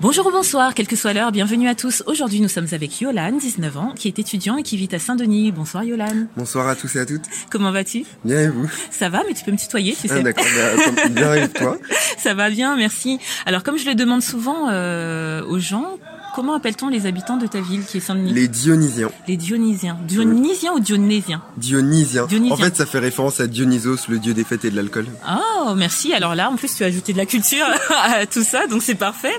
Bonjour ou bonsoir, quelle que soit l'heure, bienvenue à tous. Aujourd'hui, nous sommes avec Yolan, 19 ans, qui est étudiant et qui vit à Saint-Denis. Bonsoir Yolan, Bonsoir à tous et à toutes. comment vas-tu Bien et vous Ça va, mais tu peux me tutoyer, tu Ah, sais. D'accord, bah, comme- bien et toi Ça va bien, merci. Alors, comme je le demande souvent euh, aux gens, comment appelle-t-on les habitants de ta ville qui est Saint-Denis les... Les Dionysiens. Dionysiens. Dionysiens ou Dionysiens Dionysiens. Dionysiens. En fait, ça fait référence à Dionysos, le dieu des fêtes et de l'alcool. Oh, merci. Alors là, en plus, tu as ajouté de la culture à tout ça, donc c'est parfait.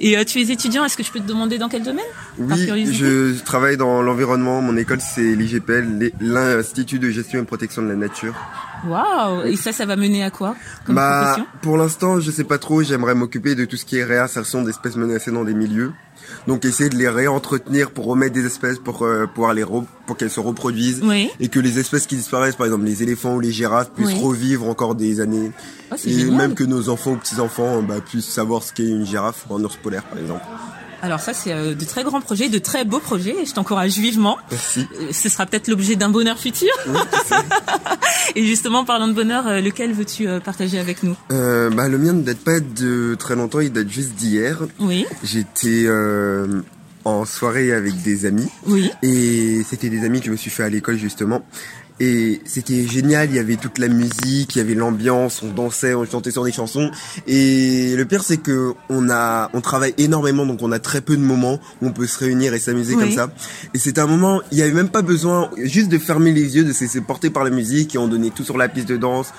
Et euh, tu es étudiant, est-ce que je peux te demander dans quel domaine Par Oui, curiosité. je travaille dans l'environnement. Mon école, c'est l'IGPL, les- l'Institut de gestion et protection de la nature. Waouh Et ça, ça va mener à quoi comme bah, profession pour l'instant, je sais pas trop. J'aimerais m'occuper de tout ce qui est réinsertion d'espèces menacées dans des milieux. Donc, essayer de les réentretenir pour remettre des espèces pour euh, pouvoir les re- pour qu'elles se reproduisent. Oui. Et que les espèces qui disparaissent, par exemple les éléphants ou les girafes, puissent Oui. revivre encore des années. Oh, c'est Et génial. même que nos enfants ou petits-enfants bah, puissent savoir ce qu'est une girafe ou un ours polaire, par exemple. Alors ça, c'est euh, de très grands projets, de très beaux projets. et Je t'encourage vivement. Merci. Euh, Ce sera peut-être l'objet d'un bonheur futur. et justement, parlant de bonheur, euh, lequel veux-tu euh, partager avec nous Euh, bah, le mien ne date pas de très longtemps, il date juste d'hier. Oui, J'étais euh, en soirée avec des amis. oui. Et c'était des amis que je me suis fait à l'école, justement. Et c'était génial, il y avait toute la musique, il y avait l'ambiance, on dansait, on chantait sur des chansons. Et le pire, c'est que on a, on travaille énormément, donc on a très peu de moments où on peut se réunir et s'amuser Oui. comme ça. Et c'était un moment, il y avait même pas besoin, juste de fermer les yeux, de se laisser porter par la musique et on donnait tout sur la piste de danse.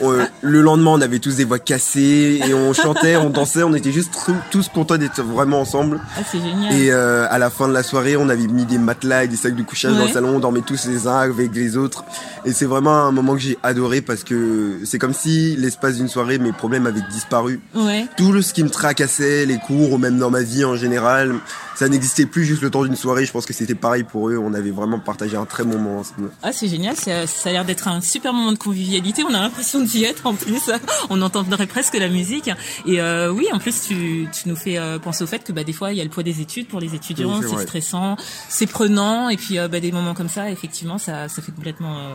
On- le lendemain, on avait tous des voix cassées et on chantait, on dansait, on était juste tr- tous contents d'être vraiment ensemble. Ah, c'est génial. Et euh, à la fin de la soirée, on avait mis des matelas et des sacs de couchage dans Ouais. le salon, on dormait tous les uns avec les autres. Et c'est vraiment un moment que j'ai adoré parce que c'est comme si l'espace d'une soirée, mes problèmes avaient disparu. Ouais. Tout le- ce qui me tracassait, les cours ou même dans ma vie en général, ça n'existait plus juste le temps d'une soirée. Je pense que c'était pareil pour eux. On avait vraiment partagé un très bon moment. ensemble. Ah, c'est génial. Ça, ça a l'air d'être un super moment de convivialité. On a l'impression d'y être en plus. On entendrait presque la musique. Et euh, oui, en plus, tu, tu nous fais euh, penser au fait que bah, des fois, il y a le poids des études pour les étudiants. Oui, c'est c'est vrai. stressant, c'est prenant. Et puis, euh, bah, des moments comme ça, effectivement, ça, ça fait complètement... euh,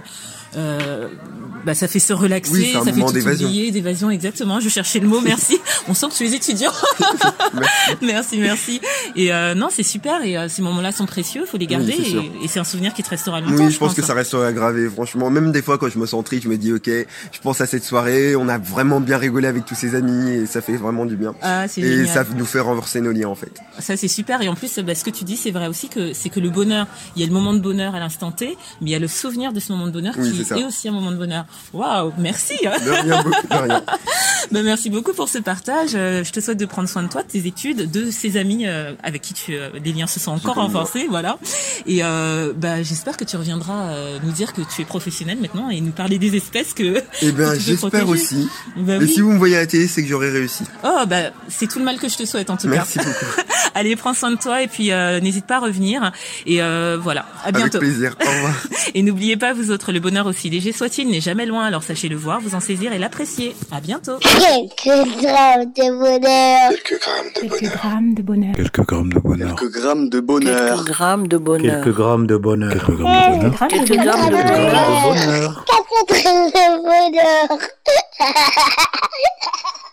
euh, bah, ça fait se relaxer, Oui, c'est un ça fait moment tout d'évasion. oublier, d'évasion, exactement. Je cherchais le mot, merci. On sent que tu es étudiant. merci, merci. Et euh, non, c'est super. Et euh, ces moments-là sont précieux, faut les garder. c'est sûr. et et c'est un souvenir qui te restera longtemps. hein. Oui, je pense que ça restera gravé. Franchement, même des fois quand je me sens triste, je me dis ok, je pense à cette soirée. On a vraiment bien rigolé avec tous ces amis et ça fait vraiment du bien. Ah, c'est Et génial. ça Ça, nous fait renverser nos liens en fait. c'est super. Et en plus, bah, ce que tu dis, c'est vrai aussi que c'est que le bonheur, il y a le moment de bonheur à l'instant T, mais il y a le souvenir de ce moment de bonheur Oui, qui c'est ça. est aussi un moment de bonheur. Waouh, merci. hein. De rien, beaucoup de rien. Bah, merci beaucoup pour ce partage. Euh, je te souhaite de prendre soin de toi, de tes études, de ces amis euh, avec qui tu, euh, les liens se sont encore pas de renforcés, voilà. Et euh, bah, j'espère que tu reviendras euh, nous dire que tu es professionnel maintenant et nous parler des espèces que. Eh bien, que tu veux j'espère protéger. aussi. Bah, Et oui. si vous me voyez à la télé, c'est que j'aurai réussi. Oh bah c'est tout le mal que je te souhaite en tout cas. Merci beaucoup. Allez, prends soin de toi et puis euh, n'hésite pas à revenir. Et euh, voilà, à bientôt. Avec plaisir. Au revoir. Et n'oubliez pas, vous autres, le bonheur aussi léger soit-il n'est jamais loin, alors sachez le voir, vous en saisir et l'apprécier. À bientôt. Quelques grammes de bonheur. Quelques grammes de Quelques bonheur. grammes de bonheur. Quelques grammes de bonheur. Quelques grammes de bonheur. Quelques grammes de bonheur. Quelques grammes de bonheur. Quelques grammes de bonheur. Quelques grammes Quelques grammes de de bonheur. bonheur. Bonheur. Quatre grammes de bonheur.